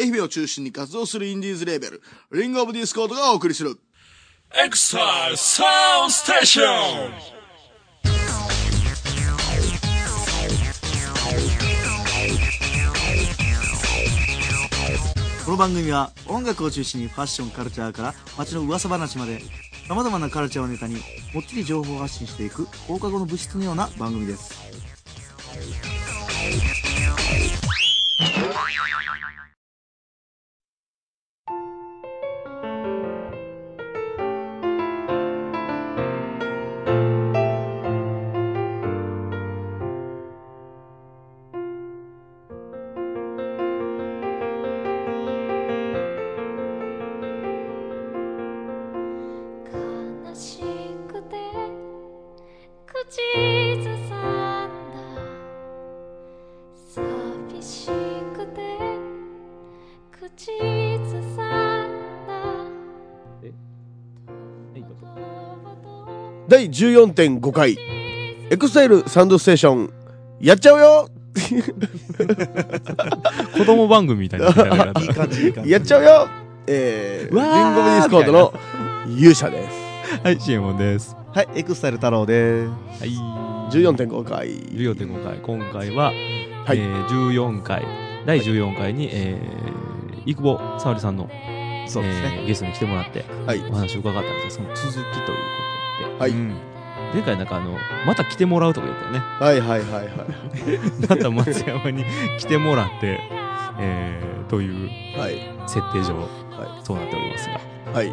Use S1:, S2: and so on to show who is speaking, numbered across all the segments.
S1: 愛媛を中心に活動するインディーズレーベル、リングオブディスコードがお送りする。
S2: エクササウンステーション
S3: この番組は音楽を中心にファッションカルチャーから街の噂話まで様々なカルチャーをネタにもっちり情報発信していく放課後の物質のような番組です
S4: 悲しくて口ずさんだ寂しくて口ずさんだ
S5: えはいどうぞ
S6: 第14.5回エクスタイルサウンドステーションやっちゃうよ
S7: 子供番組みたいな
S3: いい感じいい感じ
S6: やっちゃうよえー、
S7: わー
S6: リンゴブディスコードの勇者です
S7: はい、シエモンです。
S3: はいエクスタイル太郎です
S7: はい。
S6: 14.5回
S7: 14.5回、今回は、
S6: はい
S7: えー14回、第14回に、えー、イクボ沙織さんの、
S3: そうですね、
S7: えーゲストに来てもらって、
S6: はい
S7: お話を伺ったんですが、その続きということ
S6: は
S7: で、
S6: い
S7: うん前回なんかあの、また来てもらうとか言ったよね。
S6: はいはいはいはい
S7: また松山に 来てもらって、えー、という
S6: はい
S7: 設定上、
S6: は
S7: そうなっておりますが。
S6: はい、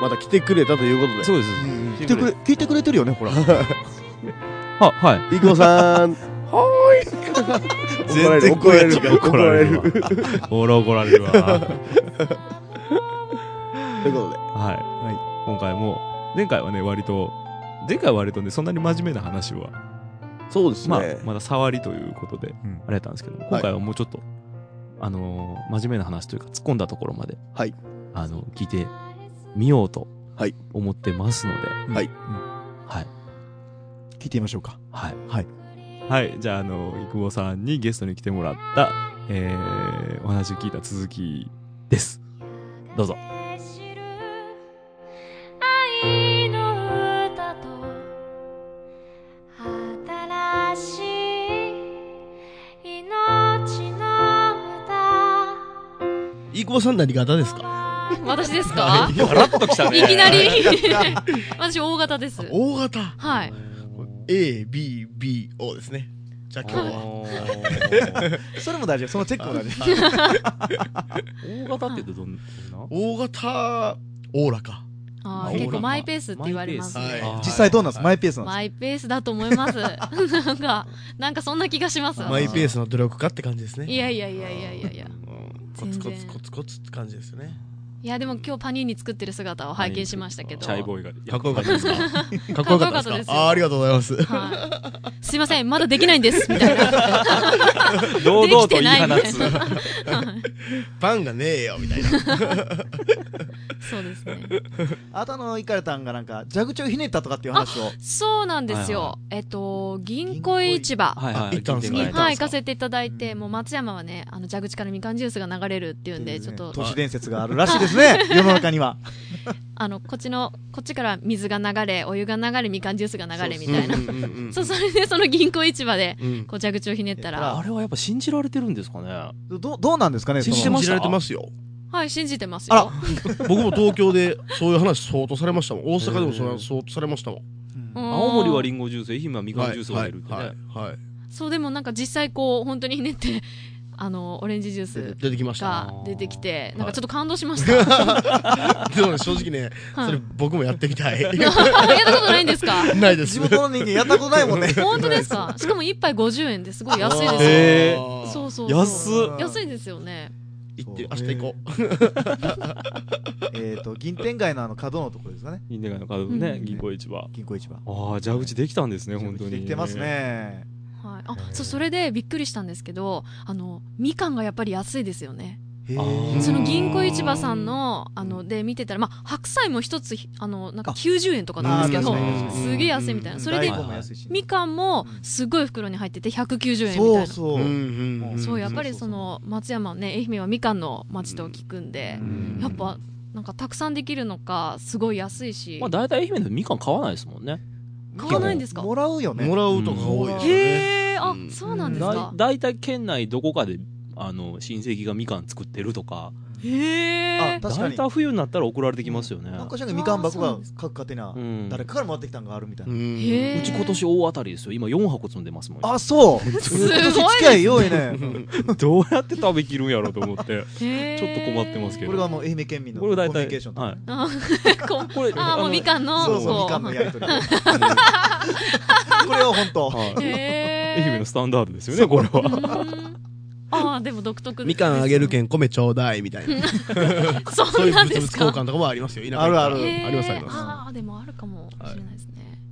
S6: また来てくれたということで
S7: そうです。
S3: 聞いてくれ聞いてくれてるよねほ ら
S7: あ、はい。
S6: イクボさんはーい 怒られる怒られる怒られる
S7: 俺 怒られるわ。はい。
S6: ということで
S7: 今回も、前回はね、割と、前回は割とね、そんなに真面目な話は、
S6: そうですね、
S7: まあ、まだ触りということで、
S5: うん
S7: あれやったんですけど、今回はもうちょっと、あのー真面目な話というか、突っ込んだところまで、
S6: はい
S7: あの、聞いてみようと
S6: はい
S7: 思ってますので、
S6: はい
S7: はい。
S3: 聞いてみましょうか
S7: はい。
S3: はい。
S7: はい。じゃあ、あの、育保さんにゲストに来てもらった、えー、お話を聞いた続きです。どうぞ。
S4: 愛の歌と新しい命の歌
S6: イクボさん何型ですか
S8: 私ですか
S7: ガラッと来た
S8: いきなり私大型です。
S9: 大型
S8: はい
S9: ABBO ですねじゃあ今日は
S3: それも大丈夫そのチェックも大丈夫
S7: 大型って言うとどんどんな
S9: 大型オーラか
S8: あ
S7: あ
S8: ー。結構マイペースって言われます
S9: マイペース
S8: ね。
S9: はい
S3: 実際どうなんですマイペースなんです
S8: マイペースだと思います。なんか、なんかそんな気がします。
S9: マイペースの努力家って感じですね
S8: いやいやいやいやいやいや。
S9: うんコ
S8: 全
S9: ツ
S8: 然
S9: コツコツコツって感じですよね
S8: いやでも今日パニーニ作ってる姿を拝見しましたけど。
S7: チャイボーイが。
S9: かっこよかったですかかっ
S8: こよかったですかかっこよかったですよ
S9: あーありがとうございます
S8: はい。すいません、まだできないんです、みたいな。
S7: 堂々と言い放
S8: でき
S7: つ
S8: て。ないみたいな
S9: パンがねえよみたいな
S8: そうですね。
S3: あとあのイカルタンがなんか蛇口をひねったとかっていう話を
S8: そうなんです
S7: はいは
S8: よ。えっと、銀行市場。
S7: はい
S9: あ行ったんですね
S8: に、
S9: 行ったん
S8: は
S9: で
S8: い、
S9: すか
S8: 行かせていただいて、もう松山はね、あの蛇口からみかんジュースが流れるっていうんで、ちょっと、
S3: 都市伝説があるらしいですね世の中に は
S8: あの、こっちの、こっちから水が流れ、お湯が流れ、みかんジュースが流れみたいな。そう、それでその銀行市場で、
S9: うん
S8: こう蛇口をひねったら、
S3: あ
S5: あれはやっぱ信じられてるんですかね
S3: どうどうなんですかねその
S5: 信じてま
S9: 信
S5: し
S9: じ
S5: た
S9: られてますよ
S8: はい、信じてます
S3: あ
S8: よ。
S9: 僕も東京でそういう話相当されましたもん大阪でもそれ相当されましたもん
S8: うん
S7: 青森はリンゴジュース、愛媛はみかんジュースが
S9: は
S7: 出
S9: い
S7: るって
S9: はい
S7: ね。
S9: はいはい
S8: そう、でもなんか実際こう、本当にひね って、あの、オレンジジュース
S9: 出てきました
S8: が出てきて、なんかちょっと感動しました。
S9: でもね正直ね
S8: はい
S9: そ れ僕もやってみたい
S8: やったことないんですか
S9: ないです
S3: 地元の人間やったことないもん ね
S8: 本当ですかしかも一杯50円ですごい安いですよ。
S7: へー
S8: そうそう
S7: 安
S8: そう
S3: っ
S8: 安いですよね。
S9: 行って明日行こ
S3: えっと銀天街のあの角のところですかね
S7: 銀河の角のね、
S8: うん
S7: 銀行市場。
S3: 銀行市場
S7: ああ、蛇口できたんですね、本当に。
S3: できてます。ね
S8: はい、あそうそれでびっくりしたんですけどあのみかんがやっぱり安いですよね
S10: ー
S8: その銀行市場さんのあので見てたら、まあ、白菜も一つあのなんか90円とかなんですけ
S3: あー
S8: ど
S3: 確かに確か
S9: に
S8: すげえ安いみたいなそれで
S3: 大根も安いし
S8: みかんもすごい袋に入ってて190円みた
S3: そ
S8: いな
S3: う
S8: そう
S3: そう、
S9: ん
S3: うん
S8: やっぱりその松山ね愛媛はみかんの町と聞くんで、やっぱなんかたくさんできるのかすごい安いし、
S7: まあ大体愛媛でみかん買わないですもんね。
S8: 買わないんですか
S3: もらうよね
S9: もらうとか多いですね。
S8: へえあ、
S1: うん
S8: そうなんです
S7: だ
S8: か
S7: 大体県内どこかであの親戚がみかん作ってるとか、
S8: へ
S3: あ
S8: え
S3: 確か
S7: 大
S3: に
S7: 体冬になったら送られてきますよね。
S3: なんかしらんけどみかん箱が各家庭
S7: う
S3: には
S7: ん、
S3: 誰かからもらってきたんがあるみたいな、
S9: うん
S8: へえ
S7: うち今年大当たりですよ。今4箱積んでますもん。
S3: あそう
S8: すごいですね
S3: 今年付き合いよういね
S7: どうやって食べきるんやろうと思って、
S8: へー
S7: ちょっと困ってますけ
S3: こ
S7: ど。
S3: れがもう愛媛県民のコ
S7: こ
S3: ミ
S7: れ
S3: ュ
S7: 大
S3: ニケー
S7: 体
S3: ション、とか
S7: は
S3: ね、
S8: こ
S7: い、これ
S8: あーもうみかんの
S3: そう
S8: こ
S3: そううみかんのやりと りこれを本当
S7: はい
S8: へえ
S7: 愛媛のスタンダードですよね、これは。
S8: ああーでも独特
S9: みかんあげるけん米ちょうだいみたいな。そ
S8: そう
S9: いうう物
S8: なん
S9: 々
S8: です
S9: 交
S8: か
S9: 換とかもありますよ。田舎に
S3: あるある
S8: へー
S9: ありますあります。
S8: あーでもあるかもしれないですね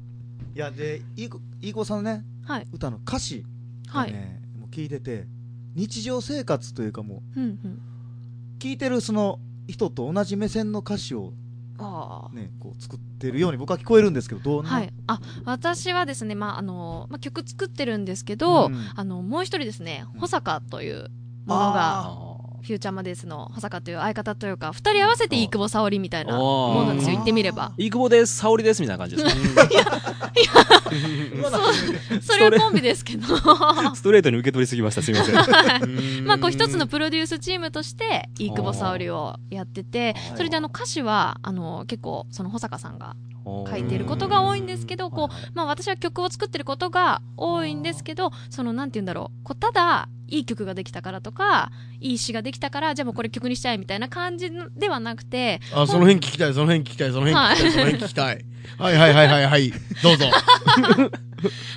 S3: いやでいい子いい子さんのね、
S8: はい
S3: 歌の歌詞が
S8: はい、
S3: ね、もう聞いてて日常生活というかも
S8: うんうん
S3: う聞いてるその人と同じ目線の歌詞を
S8: あー
S3: ねこう作ってるように僕は聞こえるんですけどどうな、
S8: はい、あ私はですね、まああのまあ、曲作ってるんですけど、
S3: うん
S8: あのもう一人ですね
S3: うん
S8: 保坂というものが
S7: あ
S8: フューチャーマデスの保坂という相方というか二人合わせて飯窪沙織みたい
S7: ー
S8: なも
S7: あ
S8: のなんですよ
S7: ー。
S8: 言ってみれば
S7: イクボです、沙織ですみたいな感じ ですね。
S8: それはコンビですけどま
S7: ストレートに受け取りすぎました、すみません。
S8: あこう一つのプロデュースチームとして飯窪沙織をやっててそれであの歌詞はあの結構その保坂さんが書
S7: 書
S8: いてることが多いんですけどこう
S7: う、
S8: まあ、私は曲を作ってることが多いんですけどそのなんて言うんだろうこうただいい曲ができたからとかいい詩ができたからじゃあもうこれ曲にしちゃえみたいな感じではなくて
S9: あ、その辺聞きたい、その辺聞きたい、その辺聞きたい、その辺聞きたい。はいはいはいはいはい。どうぞ。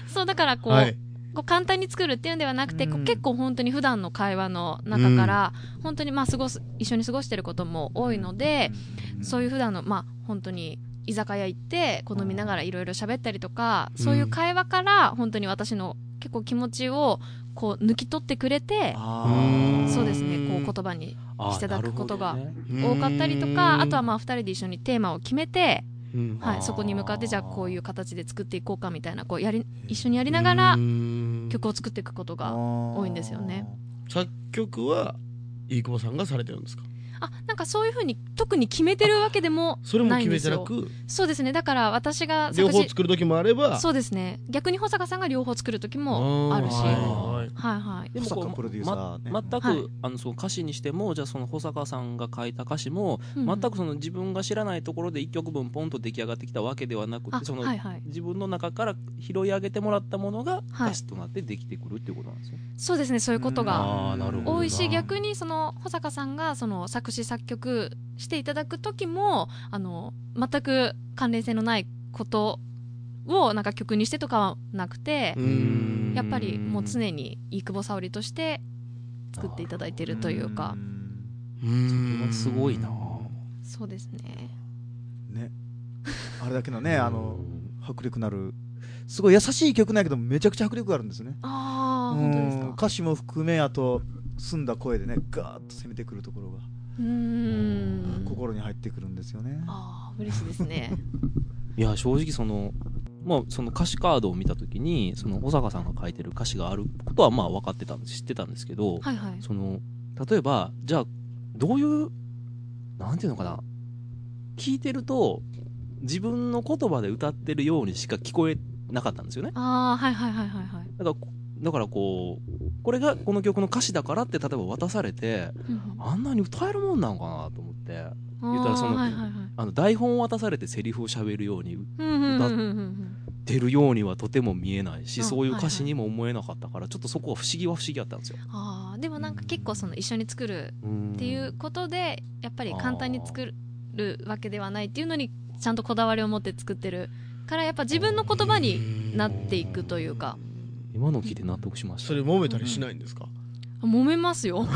S8: そうだからこう,、
S9: はい。
S8: こう簡単に作るっていうんではなくて、こ
S3: う
S8: うん結構本当に普段の会話の中から、本当にまあ過ごす一緒に過ごしてることも多いので、そういう普段のまあ本当に居酒屋行ってこう飲みながらいろいろ喋ったりとか、そういう会話から本当に私の結構気持ちをこう抜き取ってくれて。
S3: あ
S8: そうですね、こう言葉に
S7: あー
S8: していただくことが
S7: なるほどね
S8: 多かったりと
S9: う
S8: か、
S9: ん
S8: あとはまあ二人で一緒にテーマを決めて、
S9: うん
S8: は
S7: あー
S8: い、そこに向かってじゃあこういう形で作っていこうかみたいなこうやり一緒にやりながら
S9: うん
S8: 曲を作っていくこと
S3: ー
S8: が多いんですよね
S9: 作曲は飯窪さんがされてるんですか
S8: あなんかそういうふうに特に決めてるわけでも
S9: それも決めてなく
S8: そうですねだから私が
S9: 両
S8: 作
S9: 方
S8: 詞
S9: 作る時もあれば
S8: そうですね逆に保坂さんが両方作る時
S9: うん
S8: もあるし
S9: はい
S8: は
S9: はい
S8: いはい
S7: でもこう
S3: 保坂プロデューサーね
S7: ま全く、
S8: はい
S7: あのその歌詞にしてもじゃあその保坂さんが書いた歌詞も、
S8: うんうん
S7: 全くその自分が知らないところで一曲分ポンと出来上がってきたわけではなく
S8: あ
S7: てその、
S8: はいはい
S7: 自分の中から拾い上げてもらったものが
S8: はい
S7: 歌詞となってできてくるっていうことなんですよ、
S8: そうですねそういうこと
S3: うん
S8: が
S7: あーなるほどな
S8: 多いし逆にその保坂さんがその作詞作曲していただく時もあの全く関連性のないことをなんか曲にしてとかはなくて
S9: う、ん
S8: やっぱりもう常に飯窪沙織として作っていただいてるというか
S9: うん
S7: すごいな
S8: そうですね
S3: ねあれだけのねあの迫力なるすごい優しい曲なんやけどめちゃくちゃ迫力があるんですね
S8: ああ本当で
S3: う
S8: す
S3: ん
S8: か
S3: 歌詞も含めあと澄んだ声でねガーッと攻めてくるところが
S8: うーん
S3: 心に入ってくるんですよね
S8: ああ嬉しいですね
S7: いや正直その,、まあ、その歌詞カードを見た時にその保坂さんが書いてる歌詞があることはまあ分かってたんです知ってたんですけど、
S8: はいはい
S7: その例えばじゃあどういうなんていうのかな聞いてると自分の言葉で歌ってるようにしか聞こえなかったんですよね
S8: ああはいはいはいはいはい
S7: だからこだからこうこれがこの曲の歌詞だからって例えば渡されてあんなに歌えるもんなんかなと思って言ったらその
S8: はいはいはい
S7: あの台本を渡されてセリフを喋るように
S8: うんうんうんうんうん
S7: 出るようにはとても見えないし、
S8: うん
S7: そういう歌詞にも思えなかったからちょっとそこは不思議は不思議だったんですよ。
S8: あーでもなんか結構その一緒に作るっていうことでやっぱり簡単に作るわけではないっていうのにちゃんとこだわりを持って作ってるからやっぱ自分の言葉になっていくというか
S7: 今の聞いて納得しました
S9: それ揉めたりしないんですか
S8: 揉めま すよ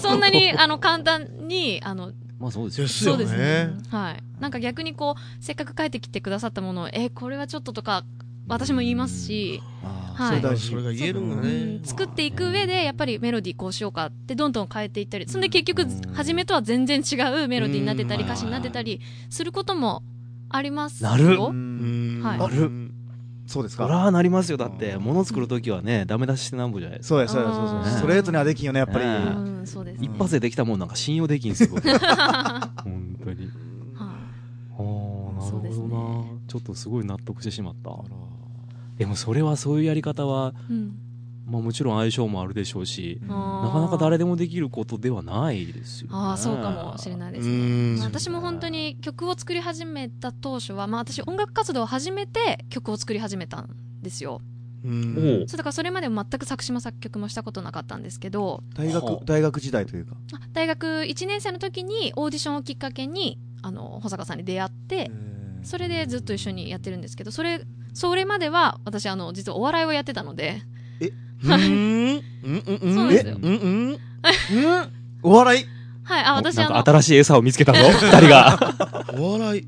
S8: そんなにあの簡単にあの
S7: まあそうです
S9: で
S7: よ
S9: す
S8: そ
S9: よ
S8: うです
S9: ね
S8: ねはいなんか逆にこうせっかく書いてきてくださったものをえこれはちょっととか私も言いますし、
S7: あ
S8: は
S3: そ、
S8: い
S3: う大事
S9: それが言えるんだ
S8: うん
S9: ね
S8: 作っていく上でやっぱりメロディーこうしようかってどんどん変えていったりそんで結局初めとは全然違うメロディーになってたり
S7: うん
S8: 歌詞になってたりすることもありますよ
S7: なる
S3: う
S1: うんん
S8: はい
S3: あ
S7: る
S3: そうです
S7: ーそ
S3: か
S7: らなりますよだって物作る時はねダメ出ししてなんぼじゃないですか
S3: そうやそうやそうそう
S7: あー
S3: ストレートにはできんよねやっぱり
S7: ね
S8: う
S7: え
S8: んそうです
S7: 一発でできたもんなんか信用できんすよ 僕あ
S10: 本当に
S8: はい
S10: あーなる
S8: そう
S10: ほ
S8: です
S10: ど
S8: ね
S10: な、ちょっとすごい納得してしまったでもそれはそういうやり方は、
S8: うん
S7: まあ、もちろん相性もあるでしょうし
S8: あー
S7: なかなか誰でもできることではないですよ、ね、
S8: ああそうかもしれないですね
S1: ん
S8: まあ私も本当に曲を作り始めた当初は、まあ、私音楽活動を始めて曲を作り始めたんですよ
S1: うん
S7: おう
S8: そうだからそれまで全く作詞も作曲もしたことなかったんですけど
S3: 大学大学時代というか
S8: あ大学1年生の時にオーディションをきっかけにあの保坂さんに出会ってそれでずっと一緒にやってるんですけどそれそれまでは私あの実はお笑いをやってたので
S1: うんうんうんうん
S8: そうなんですよ
S1: うんうん
S3: お笑い
S8: はいあ
S7: お
S8: 私
S7: なん
S8: あ
S7: か
S8: の
S7: 新しい餌を見つけ たぞ二人が
S9: お笑い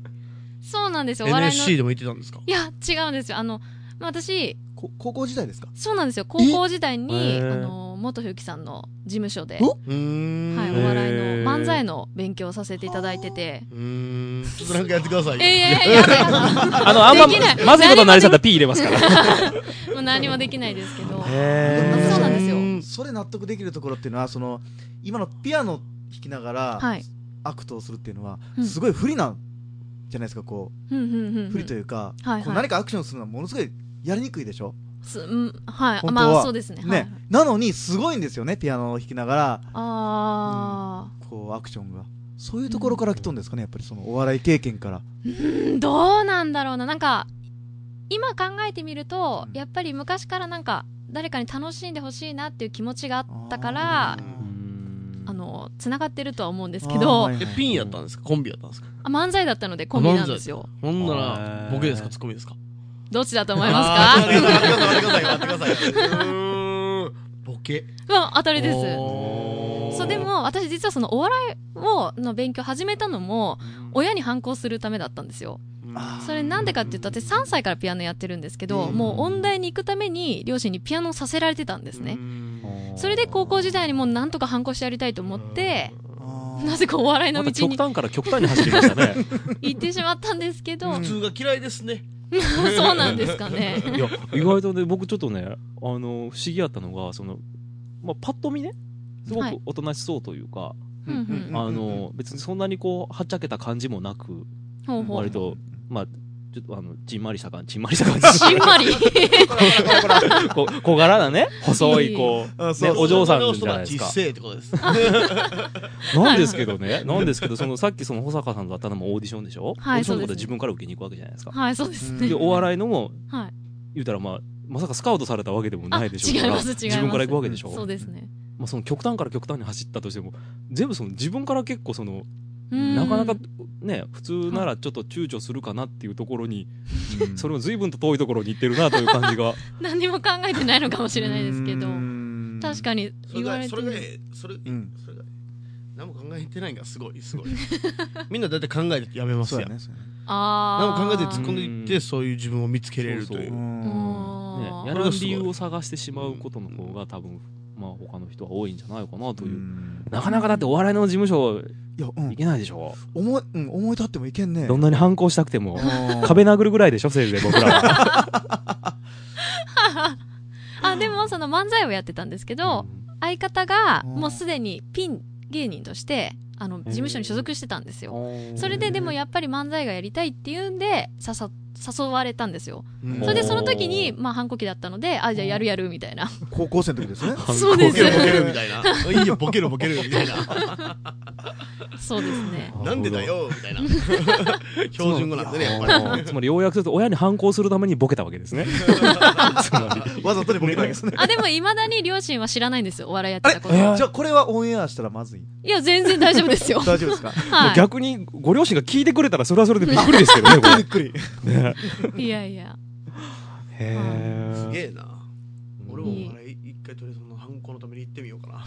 S8: そうなんですよお笑いの
S9: NSC でも言ってたんですか
S8: いや違うんですよあのまあ私
S3: こ高校時代ですか
S8: そうなんですよ高校時代に
S10: え
S8: あ
S10: ー
S8: の元冬樹さんの事務所で、
S3: お
S1: うん
S8: はい、
S10: ー
S8: お笑いの漫才の勉強をさせていただいてて。
S1: うん
S9: ちょっとなんかやってください
S8: ええやだやだ
S7: あのあんま
S8: できない
S7: まずいことになりそうだったら P 入れますから
S8: もう何もできないですけど、
S3: へ
S8: そうなんですよ
S3: それ納得できるところっていうのはその今のピアノ弾きながら、
S8: はい
S3: アクトをするっていうのは、
S8: うん
S3: すごい不利なんじゃないですかこ
S8: うんうんうんう
S3: うん不利というか、
S8: はいはい
S3: こう何かアクションするのはものすごいやりにくいでしょ、
S8: すうんはい
S3: 本当は
S8: まあそうですねはい
S3: ねなのにすごいんですよねピアノを弾きながら
S8: あ
S3: こうアクションがそういうところから来とんですかねやっぱりそのお笑い経験から
S8: ー、どうなんだろうななんか今考えてみるとやっぱり昔からなんか誰かに楽しんでほしいなっていう気持ちがあったからあのつながってるとは思うんですけど、
S3: あーはい
S9: え
S3: はい
S9: ピンやったんですかコンビやったんですか
S8: あ漫才だったのでコンビなんですよ
S9: ほんな
S10: へ
S9: ら
S10: ー
S9: ボケですかツッコミですか
S8: どっちだと思 いますか
S9: 待ってください待ってください待ってくださいうーんボケ
S8: うん当たりです
S9: おー
S8: そうでも私実はそのお笑いをの勉強始めたのも親に反抗するためだったんですよ
S3: あー
S8: それなんでかって言ったら私3歳からピアノやってるんですけど、もう音大に行くために両親にピアノをさせられてたんですね、それで高校時代にもうなんとか反抗してやりたいと思って、
S3: あ
S8: なぜかお笑いの
S7: また
S8: 道
S7: 極
S8: に
S7: 端から極端に走ってきましたね
S8: 行ってしまったんですけど、
S9: 普通が嫌いですね
S8: そうなんですか ね。
S7: いや意外とね僕ちょっとねあの不思議やったのがその、まあ、パッと見ねすご
S8: は
S7: く
S8: い
S7: おとなしそうというか、
S8: うんうん
S7: あの別にそんなにこうはっちゃけた感じもなく
S8: ほうほ
S7: 割
S8: う。
S7: とまあちょっとあのちんまりした感じちんまりした感じ
S8: しんまり。
S7: こ小柄なね細いこう、
S3: あ
S7: ね、
S3: そうそう
S7: お嬢さんじゃないです
S9: その人
S7: か
S9: は実生ってことです
S7: なんですけど ねなんですけどそのさっきその保坂さんと会ったのもオーディションでしょ、
S8: はい
S7: オーディションのこと
S8: そうですね
S7: は自分から受けに行くわけじゃないですか、
S8: はい、そうです
S7: で
S8: ね。
S7: お笑いのも
S8: はい。
S7: 言うたらまあまさかスカウトされたわけでも
S8: あ、
S7: な
S8: 違
S7: い
S8: い
S7: で
S8: ま
S7: しょう
S8: す、違
S7: か
S8: い
S7: ら
S8: ます。
S7: 自分から行くわけでしょ
S8: そうですね。
S7: まあ、その極端から極端に走ったとしても全部その自分から結構その
S8: うん
S7: なかなかね普通ならちょっと躊躇するかなっていうところに それも随分と遠いところに行ってるなという感じが
S8: 何も考えてないのかもしれないですけど。確かに
S9: それ
S8: 言わ
S9: が
S8: れ
S9: そ
S8: て
S9: れ
S8: み
S9: が
S8: る
S9: それ
S3: うん
S9: それが何も考えてないがすごいすごいみんなだいたい考えてやめます
S3: そう
S9: や
S3: や
S9: ん
S3: ねそうやね
S8: あ
S9: 何
S8: あ。
S9: も考えて突っ込んでいっ
S7: う
S9: て
S7: ん
S9: そういう自分を見つけれるという
S7: そうそ
S3: う
S7: う
S3: ん
S7: ね
S8: あー
S7: や
S9: これ
S7: らん
S9: がすごい
S7: 理由を探してしまうことの方が多分まあ他の人は多いんじゃないかなというう、
S3: ん
S7: なかなかだってお笑いの事務所
S3: いやうん
S7: 行けないでしょ、
S3: 思いうん思い立ってもいけんね
S7: どんなに反抗したくても
S3: あー
S7: 壁殴るぐらいでしょせいぜい僕ら は
S8: あ、でもその漫才をやってたんですけど、相方がもうすでにピン芸人として、あの、事務所に所属してたんですよ。それででもやっぱり漫才がやりたいっていうんでささ誘われたんですよ
S1: うん
S8: それでその時にまあ反抗期だったのであじゃあやるやるみたいな
S3: 高校生の時ですね
S8: そうで
S9: ボケる
S8: す
S9: ボケるみたい ないいよボケるボケるみたいな
S8: そうですね
S9: なんでだよみ たいな標準語なんでねやっぱり
S7: あーつまりようやくすると親に反抗するためにボケたわけですね つまり
S3: わざとでボケたわけですね
S8: あでもいまだに両親は知らないんですよお笑いやっ
S3: あ
S8: て
S3: れ
S8: たことい
S3: じゃあこれはオンエアしたらまずい
S8: や全然大丈夫ですよ
S3: 大丈夫ですか
S8: は
S7: 逆にご両親が聞いてくれたらそれはそれでびっくりですけど ねこ
S3: びっくり
S8: いいやいや
S7: れへ
S9: すげ
S7: え
S9: えな俺もお笑い一回とりあえずその反抗のために行ってみよう か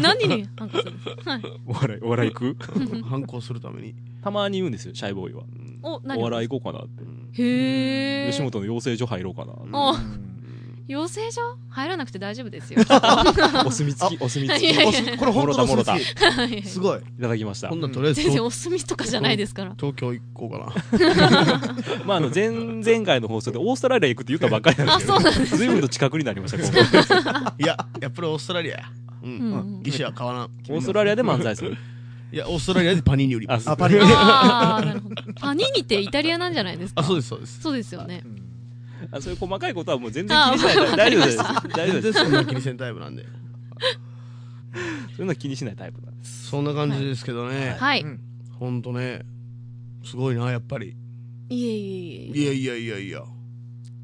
S8: 何に反抗するんですかはい
S7: お笑いお笑い行く
S9: な反抗するために
S7: たまに言うんですよシャイボーイは
S8: お何
S7: お笑い行こうかなって
S9: うん
S8: へえ
S10: 吉本の養成所入ろうか な。
S8: お
S10: うん
S8: 養成所入らなくて大丈夫です よ
S10: お墨付き、お墨付
S8: い
S10: き。
S8: やいや
S10: い
S8: いや
S3: これ本当の
S10: もろた
S3: 数字
S8: はい
S3: すごい
S10: ただきました
S9: こ。んなんとりあえず
S8: 全然
S9: 東
S8: お墨とかじゃないですから
S9: 東京行こうかな
S10: まあ、あの、前、前回の放送でオーストラリア行くって言ったばっかりなんですけ
S8: あそうなん
S10: ど、 随分と近くになりました、今回
S9: いややっぱりオーストラリアやう
S8: うんん
S9: 義手は変わらん
S10: オーストラリアで漫才す る。
S9: いやオーストラリアでパニーニ売ります
S10: あ
S3: パリ
S8: ああなるほどパニーニってイタリアなんじゃないです
S9: あ
S8: か
S9: そうですそうです
S8: そうですよね
S10: あそういう細かいことはもう全然気にしない。大丈夫です。大丈夫で
S9: 全然
S10: す。
S9: そんな気にせんタイプなんで
S10: そういうのは気にしないタイプなんです。
S9: そんな感じですけどね
S8: はい
S9: ほんとねすごいなやっぱり
S8: いえいえいえ
S9: いやいやいやいや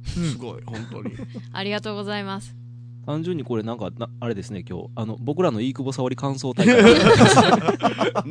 S9: すごい本当に
S8: ありがとうございます
S7: 単純にこれなんかなあれですね今日あの僕らの飯窪沙織感想 大会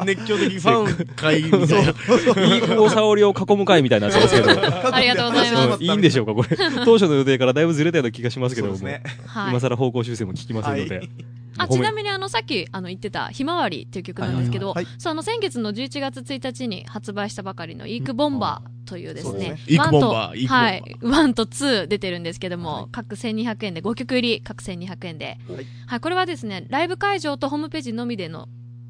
S9: 熱狂的ファン会議みたいな
S7: 飯窪沙織を囲む会みたいになってますけど
S8: ありがとうございま
S10: うんいいんでしょうかこれ当初の予定からだいぶずれたような気がしますけ
S3: そ
S10: ど
S3: う
S10: も、
S3: ですね
S8: すはい
S10: 今更方向修正も聞きませんので、
S3: はい
S8: あ
S10: ごめ
S8: ち
S10: ん
S8: なみにあのさっきあの言ってた「ひまわり」っていう曲なんですけど、
S3: はいはい
S8: そうあの先月の11月1日に発売したばかりの「イークボンバー」というです
S3: そうで
S8: ね
S3: す
S9: イークボン
S8: ワ
S9: バーイークボンバー
S8: ンとはいワンと2出てるんですけども、各1200円で5曲入り各1200円で、
S3: は
S8: はいいこれはですねライブ会場とホームページのみでの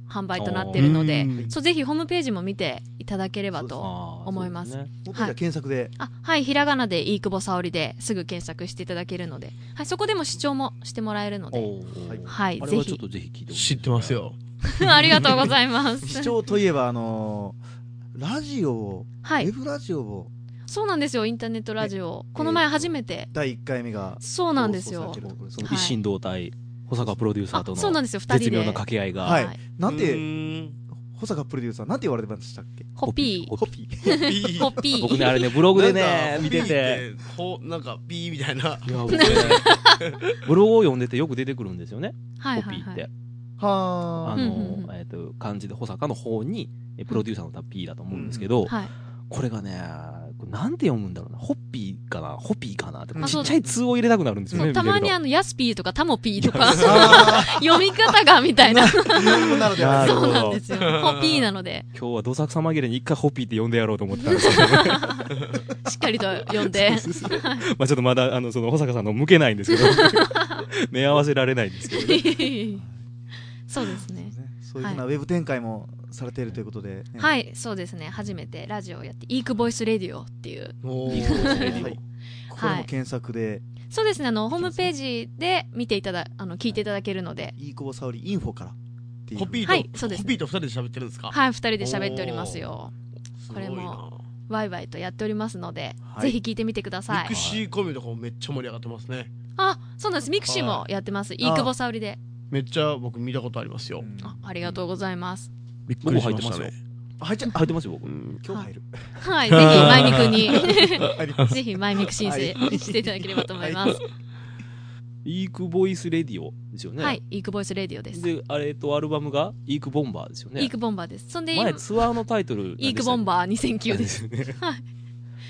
S8: 販売となっているので
S3: うん
S8: そうぜひホームページも見ていただければと
S7: あー
S8: 思います
S7: そうでね
S3: もっとじゃあ検索で
S8: あはいひらがなで「イークボサオリ」ですぐ検索していただけるので、はい、そこでも視聴もしてもらえるの
S7: お
S8: で、
S7: ー
S8: はい、
S7: あ
S8: ぜ
S7: れはちょっ
S8: ひ
S7: とぜひ聞いてほしい
S9: 知ってますよ
S8: ありがとうございます
S3: 視聴といえばあのーラジオをウ
S8: は
S3: ェ
S8: い、
S3: ブラジオを
S8: そうなんですよ、インターネットラジオ。この
S3: え
S8: 前
S3: ー
S8: 初めて。
S3: 第1回目が
S8: そうなんです
S3: 放
S8: よ
S3: 送されて。るところです
S8: はい
S7: 一心同体保坂プロデューサー
S8: あ
S7: と、
S8: そうな
S7: の
S8: んですよ、二
S7: 絶
S8: 人
S7: 妙な
S8: で。
S7: 掛け合いが、
S3: はい
S8: はい
S3: なん
S9: う
S3: で
S9: ーん
S3: 保坂プロデューサーなんて言われてましたっけ
S8: ホピー。
S7: ホピ
S8: ホピー。
S7: 僕ねあれねブログで
S9: なん
S7: ね
S9: か
S7: 見てて
S9: ピーってほなんかピーみたいない
S7: や僕ねブログを読んでてよく出てくるんですよね
S8: はい
S7: ホ
S8: は
S7: ピ
S8: い
S7: ー
S8: は
S7: っ
S8: い
S7: て
S3: は
S7: あ
S3: あ
S8: うんうん
S7: の
S8: うん
S7: えっと漢字で保坂の方にえプロデューサーのタピーだと思うんですけど
S8: はい。
S7: これがねこれなんて読むんだろうなホッピーかなホピーかなって
S8: あ
S7: ち
S8: そう
S7: っちゃい「通」を入れたくなるんですよ
S8: そ
S7: ね
S8: うた
S7: 見て
S8: ま
S7: ると
S8: にあの、ヤスピーとかタモピーとか、
S3: あ
S8: 読み方がみたいな。 そ
S3: ーなるほどなるほど
S7: なるほ
S8: う
S7: ど
S8: なんですよ。ホピーなので、
S7: 今日はどさくさ紛れに一回ホッピーって呼んでやろうと思ってたんです けど
S8: しっかりと読んで。
S10: まあちょっとまだあのその保坂さんの向けないんです けど目合わせられないんですけどね
S8: そうですね。
S3: そういうふうなウェブ展開もされているということで、ね
S8: はい、そうですね。初めてラジオをやって、イークボイスレディオっていう
S9: もう
S7: いい子ですね
S3: はいこれも検索で、
S8: そうですね、あの、ホームページで見ていただ、あの、聞いていただけるので、
S3: い、いい子さおりインフォからっていう
S9: コピーと、
S8: はいそうです
S9: コピーと二人で喋ってるんですか、
S8: はい、二人で喋っておりますよ。
S9: す
S8: こ
S9: ご
S8: れ
S9: い
S8: も
S9: な
S8: ワイワイとやっておりますので、
S3: はい
S8: ぜひ聞いてみてくださ
S9: ミ
S8: い
S9: ク。シーコミュとかもめっちゃ盛り上がってますね
S8: あ、そうなんです。ミクシーもやってます。いい久保沙織で。
S9: めっちゃ僕見たことありますよ、
S3: うん
S8: あありがとうございます。
S9: びっくりしましたね
S3: あ入っちゃう
S7: 入ってますよ僕
S9: うん
S3: 今日入る
S8: はい、ぜひ、マイミク に、
S3: 入ります
S8: ぜひ、マイミク申請していただければと思います。
S7: イークボイスレディオですよね。
S8: はい、イークボイスレディオです。
S7: で、あれとアルバムがイークボンバーですよね。
S8: イークボンバーです。そんで、今
S7: 前ツアーのタイトルなんでしたっけ。
S8: イークボンバー2009です。
S7: す。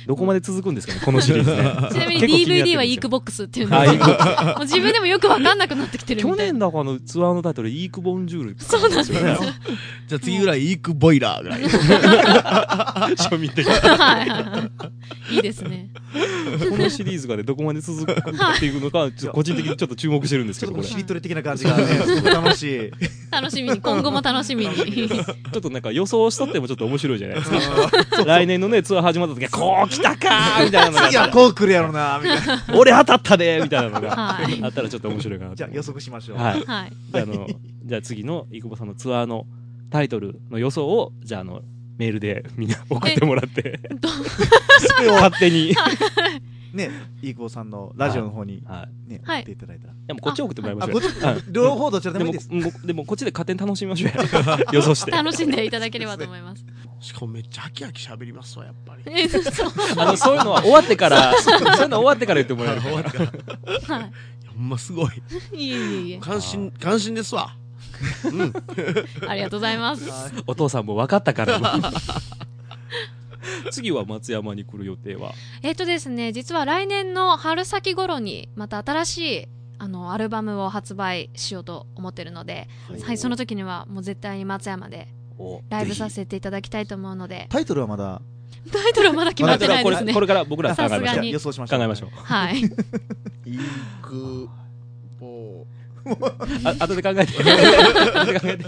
S7: どこまで続くんですかね、このシリーズね。
S8: ちなみ
S7: 結構気に
S8: に
S7: なってる
S8: DVD はイークボックスっていうの
S7: あ
S8: が
S7: イークボッ
S8: もう自分でもよくわかんなくなってきてる
S7: 去
S8: みたい
S7: 年
S8: な。
S7: だかのツアーのタイトル、イークボンジュール。
S8: そうなんですよ。
S9: じゃあ次ぐらいイークボイラーぐらい
S10: 庶民的
S8: はいはいはい。いいですね。
S7: このシリーズがね、どこまで続くかっていうのが、ちょっと個人的にちょっと注目してるんです
S3: ち
S7: け
S3: ょっ
S7: ど、
S3: とこう
S7: これ。
S3: し
S7: ち
S3: りとり的な感じがねすごく楽しい
S8: 楽しみに今後も楽しみに
S7: ょっとなんか予想しとってもちょっと面白いじゃない ですか。来年のね、ツアー始まった時は、こう来たかーみたいなの
S3: 次は
S7: が、
S3: こう来るやろなみたいな
S7: 俺当たったでーみたいなのが
S8: はい
S7: あったらちょっと面白いかなと。
S3: じゃあ予測しましょう
S7: はい。
S8: はい
S7: じゃああの、じゃあ次の生窪さんのツアーのタイトルの予想を、じゃああの、メールでみんな送ってもらって、
S8: ど
S7: 勝手に。はい。
S3: ねいい子さんのラジオの方にね送
S8: はい
S3: っていただいたら
S7: でもこっち送ってもらいま
S3: あ
S7: しょ
S3: こっ
S7: う
S3: ち
S7: よ。はい
S3: 両方どちらで
S7: で
S3: もいい
S7: も
S3: です
S7: もうでもこっちで勝手に楽しみましょうや。 予想して。あ
S8: 楽しんでいただければと思います。
S9: しかもめっちゃハキハキ喋りますわやっぱり
S8: え そう
S7: の、そういうのは終わってから、そういうのは終わってから言ってもらえるから。
S8: は
S9: ほんますごい
S8: い。いえいえいえ。
S9: 感心感心ですわ
S8: ありがとうございます。
S7: お父さんも分かった から。次は松山に来る予定は。
S8: えっとですね、実は来年の春先頃にまた新しいあのアルバムを発売しようと思ってるので、はい、その時にはもう絶対に松山でライブさせていただきたいと思うので、
S3: タイトルはまだ
S8: タイトルはまだ決まってない
S7: こ
S8: です
S7: れ
S8: ね
S7: こ。れから僕ら考
S8: さ
S7: え
S8: すが
S7: ま
S8: に
S7: しょう。
S3: 予想しまし
S7: 考
S3: ょう
S7: えましょう。
S8: はい。
S9: イクボ
S7: あ後で考 えて。後で考えて。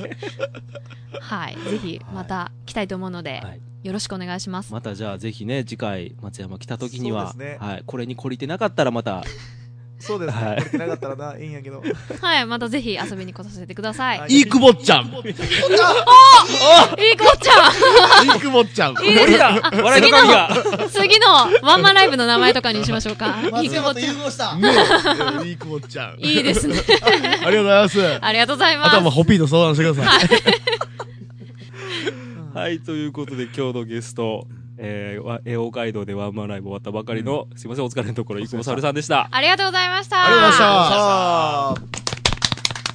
S8: はい。ぜひまた来たいと思うので、
S7: はい
S8: よろしくお願いします。
S7: またじゃあぜひね次回松山来た時には、
S3: そうですね
S7: はいこれに懲りてなかったらまた
S3: そうですね、
S7: はい
S3: これってなかったらな、いいんやけど。
S8: はい。またぜひ遊びに来させてください。、
S3: はいい
S9: イクボちゃん
S8: いい子ちゃ
S9: イクボちゃん
S8: ん。いいですねあ
S7: 笑いの神が
S8: 次のワンマンライブの名前とかにしましょうか。いい子ちゃん。
S3: 合した
S9: ねえ、イクボちゃん。あり
S8: いいですね。
S9: がとうございます。
S8: ありがとうござい
S9: あ
S8: ます
S9: とは。まあホピーと相談してください。
S7: はい、ということで今日のゲスト、えー、わえー、北海道でワンマンライブ終わったばかりの、すいません、お疲れのところ、生駒猿さんでした。
S8: ありがとうございました。
S9: ありがとうございました。
S3: あー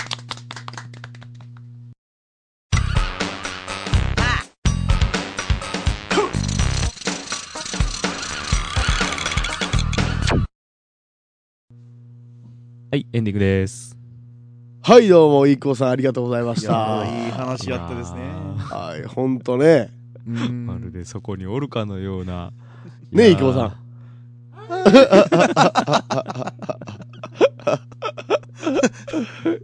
S10: はい、エンディングです。
S6: はい、どうも、イコさん、ありがとうございま
S3: い
S6: し
S3: や
S6: た。
S3: ーいい話やったですね。
S6: はい、ほんとね。
S3: うん
S10: まるでそこにおるかのような。
S6: ねえ、イ
S10: き
S6: コ
S10: も
S6: さ
S10: ん。
S6: ん。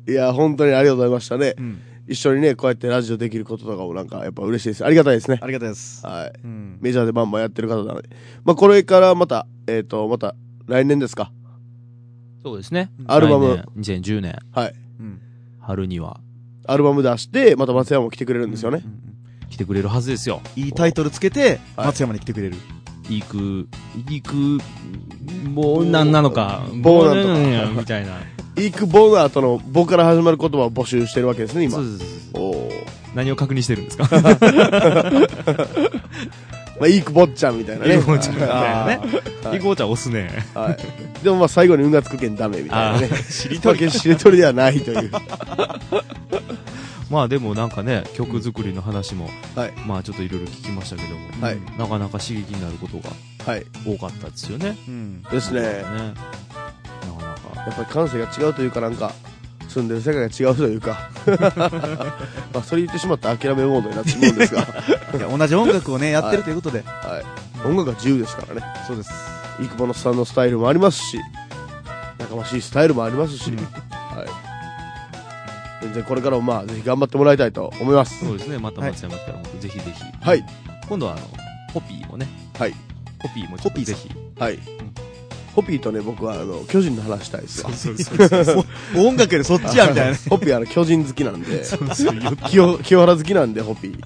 S6: いや、本当にありがとうございましたね。
S3: うん
S6: 一緒にね、こうやってラジオできることとかもなんか、やっぱ嬉しいです。ありがたいですね。
S3: ありがたいです。
S6: はい。
S3: うん
S6: メジャーでバンバンやってる方なので。まあ、これからまた、えっ、と、また、来年ですか。
S7: そうですね。
S6: アルバム
S7: 来年。2010年、
S3: うん
S7: 春には
S6: アルバム出して、また松山も来てくれるんですよね。
S3: うんうん
S7: 来てくれるはずですよ。
S3: いいタイトルつけて、
S6: はい
S3: 松山に来てくれる。
S7: 行く、行く、もう、なんなのか、
S6: 棒なんとか
S7: 棒なんやみたいな。
S6: イーク・ボーナーとの棒から始まる言葉を募集してるわけですね、
S7: そ
S6: 今
S7: う。そうそうそう
S6: おおー。
S10: 何を確認してるんですか
S6: まあ、イーク・ボッチャンみたいなね。
S10: イーク坊ちゃんみたいな ね
S6: あー。はい
S10: イコちゃん押すね。
S6: はい。でもまあ、最後に運がつくけんダメみたいなね。
S10: 知
S6: 一分けしりとりではないという。
S10: まあでもなんかね、曲作りの話も、
S6: はい
S10: まあちょっといろいろ聞きましたけども、
S6: はい
S10: なかなか刺激になることが
S6: はい。
S10: 多かったですよね。
S3: うん
S6: ですね
S10: ね。なかなか。
S6: やっぱり感性が違うというかなんか住んでる世界が違うとい うかまあそれ言ってしまったら諦めモードになってしまう んですが、
S3: いや同じ音楽をね、やってるということで。
S6: はい、音楽は自由ですからね
S3: そうです。
S6: 生駒のさんのスタイルもありますし仲間しいスタイルもありますし、
S3: うん
S6: はい、全然これからもまあぜひ頑張ってもらいたいと思います
S7: そうですね、また松山来たら、本当ぜひぜひ。
S6: はい。
S7: 今度は、あの、コピーもね。
S6: はい。
S7: コピーもちょっとぜひ。
S6: はいホピーとね僕はあの巨人の話したいですよ
S10: そうそうそうそう。
S3: 音楽よりそっちやみたいなね。
S6: ホピーはあの巨人好きなんで
S10: そうそうよ
S6: 清清原好きなんでホピー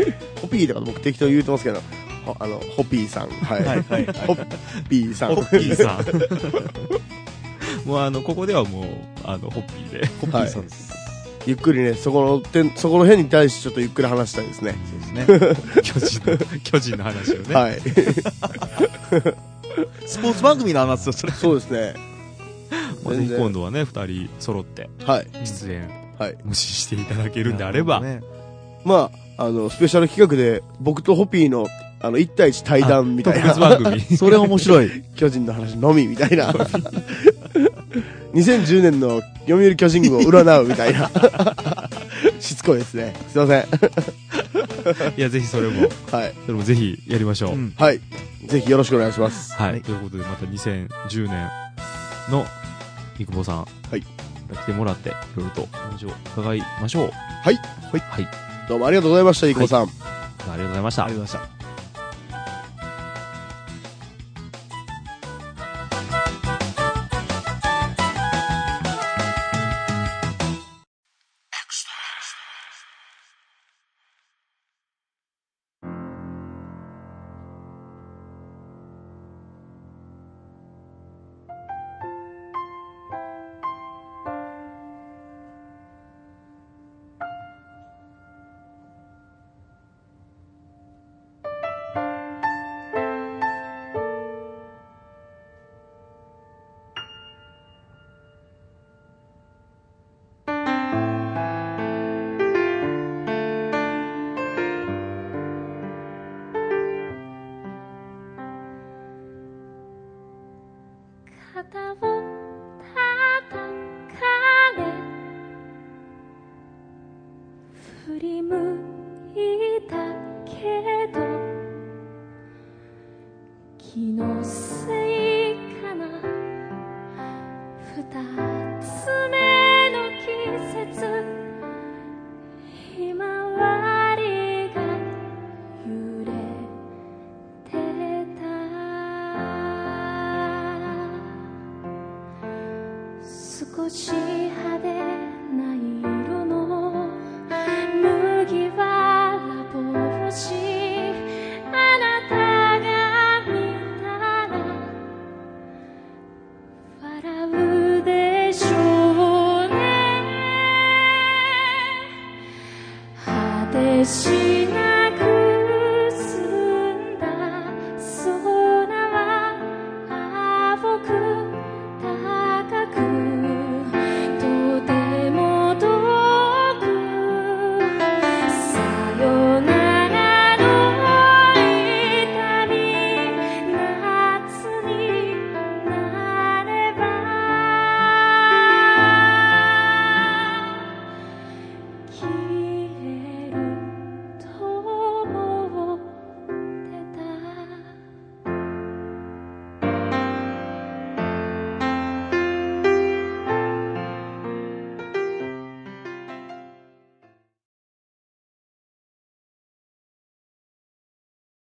S6: ホピーとか僕適当に言うてますけどほあのホピーさんはい、
S3: はいはいはい
S6: ホピーさん
S10: ホッピーさん。もうあの、ここではもう、あの、ホッピーで。
S3: コピーさんです。
S6: ゆっくりねそこの点そこの辺に対してちょっとゆっくり話したいですね
S3: そうです ね。
S10: 巨人の、巨人の話をね。
S6: はい
S3: スポーツ番組の話ですよ、それ。
S6: そうですね
S10: まあぜひ今度はね、二人揃って
S6: はい
S10: 出演、
S6: はい
S10: もししていただけるんであれば、
S3: ね
S6: まああのスペシャル企画で僕とホピーのあの1対1対談みたい
S10: 特別
S6: な
S10: 番組。
S3: それ面白い。
S6: 巨人の話のみみたいな 2010年の読売巨人軍を占うみたいな しつこいですねすいません
S10: いや、ぜひそれも、
S6: はい
S10: それもぜひやりましょう。
S3: うん
S6: はいぜひよろしくお願いします
S10: はい、
S3: はい
S10: ということで、また2010年の、三久保さん、
S6: い
S10: 来てもらって、いろいろとお話を伺いましょう。
S6: は
S10: は
S6: い
S10: い。はい。
S6: どうもありがとうございました、イコさん。
S10: ありがとうございました
S3: あり。がとうございました。
S4: 肩を叩かれ振り向いたけど気のせいかな二つ目の季節ひまわりが揺れてた少し派手な色の麦わら帽子あなたが見たら笑うでしょうね果てしない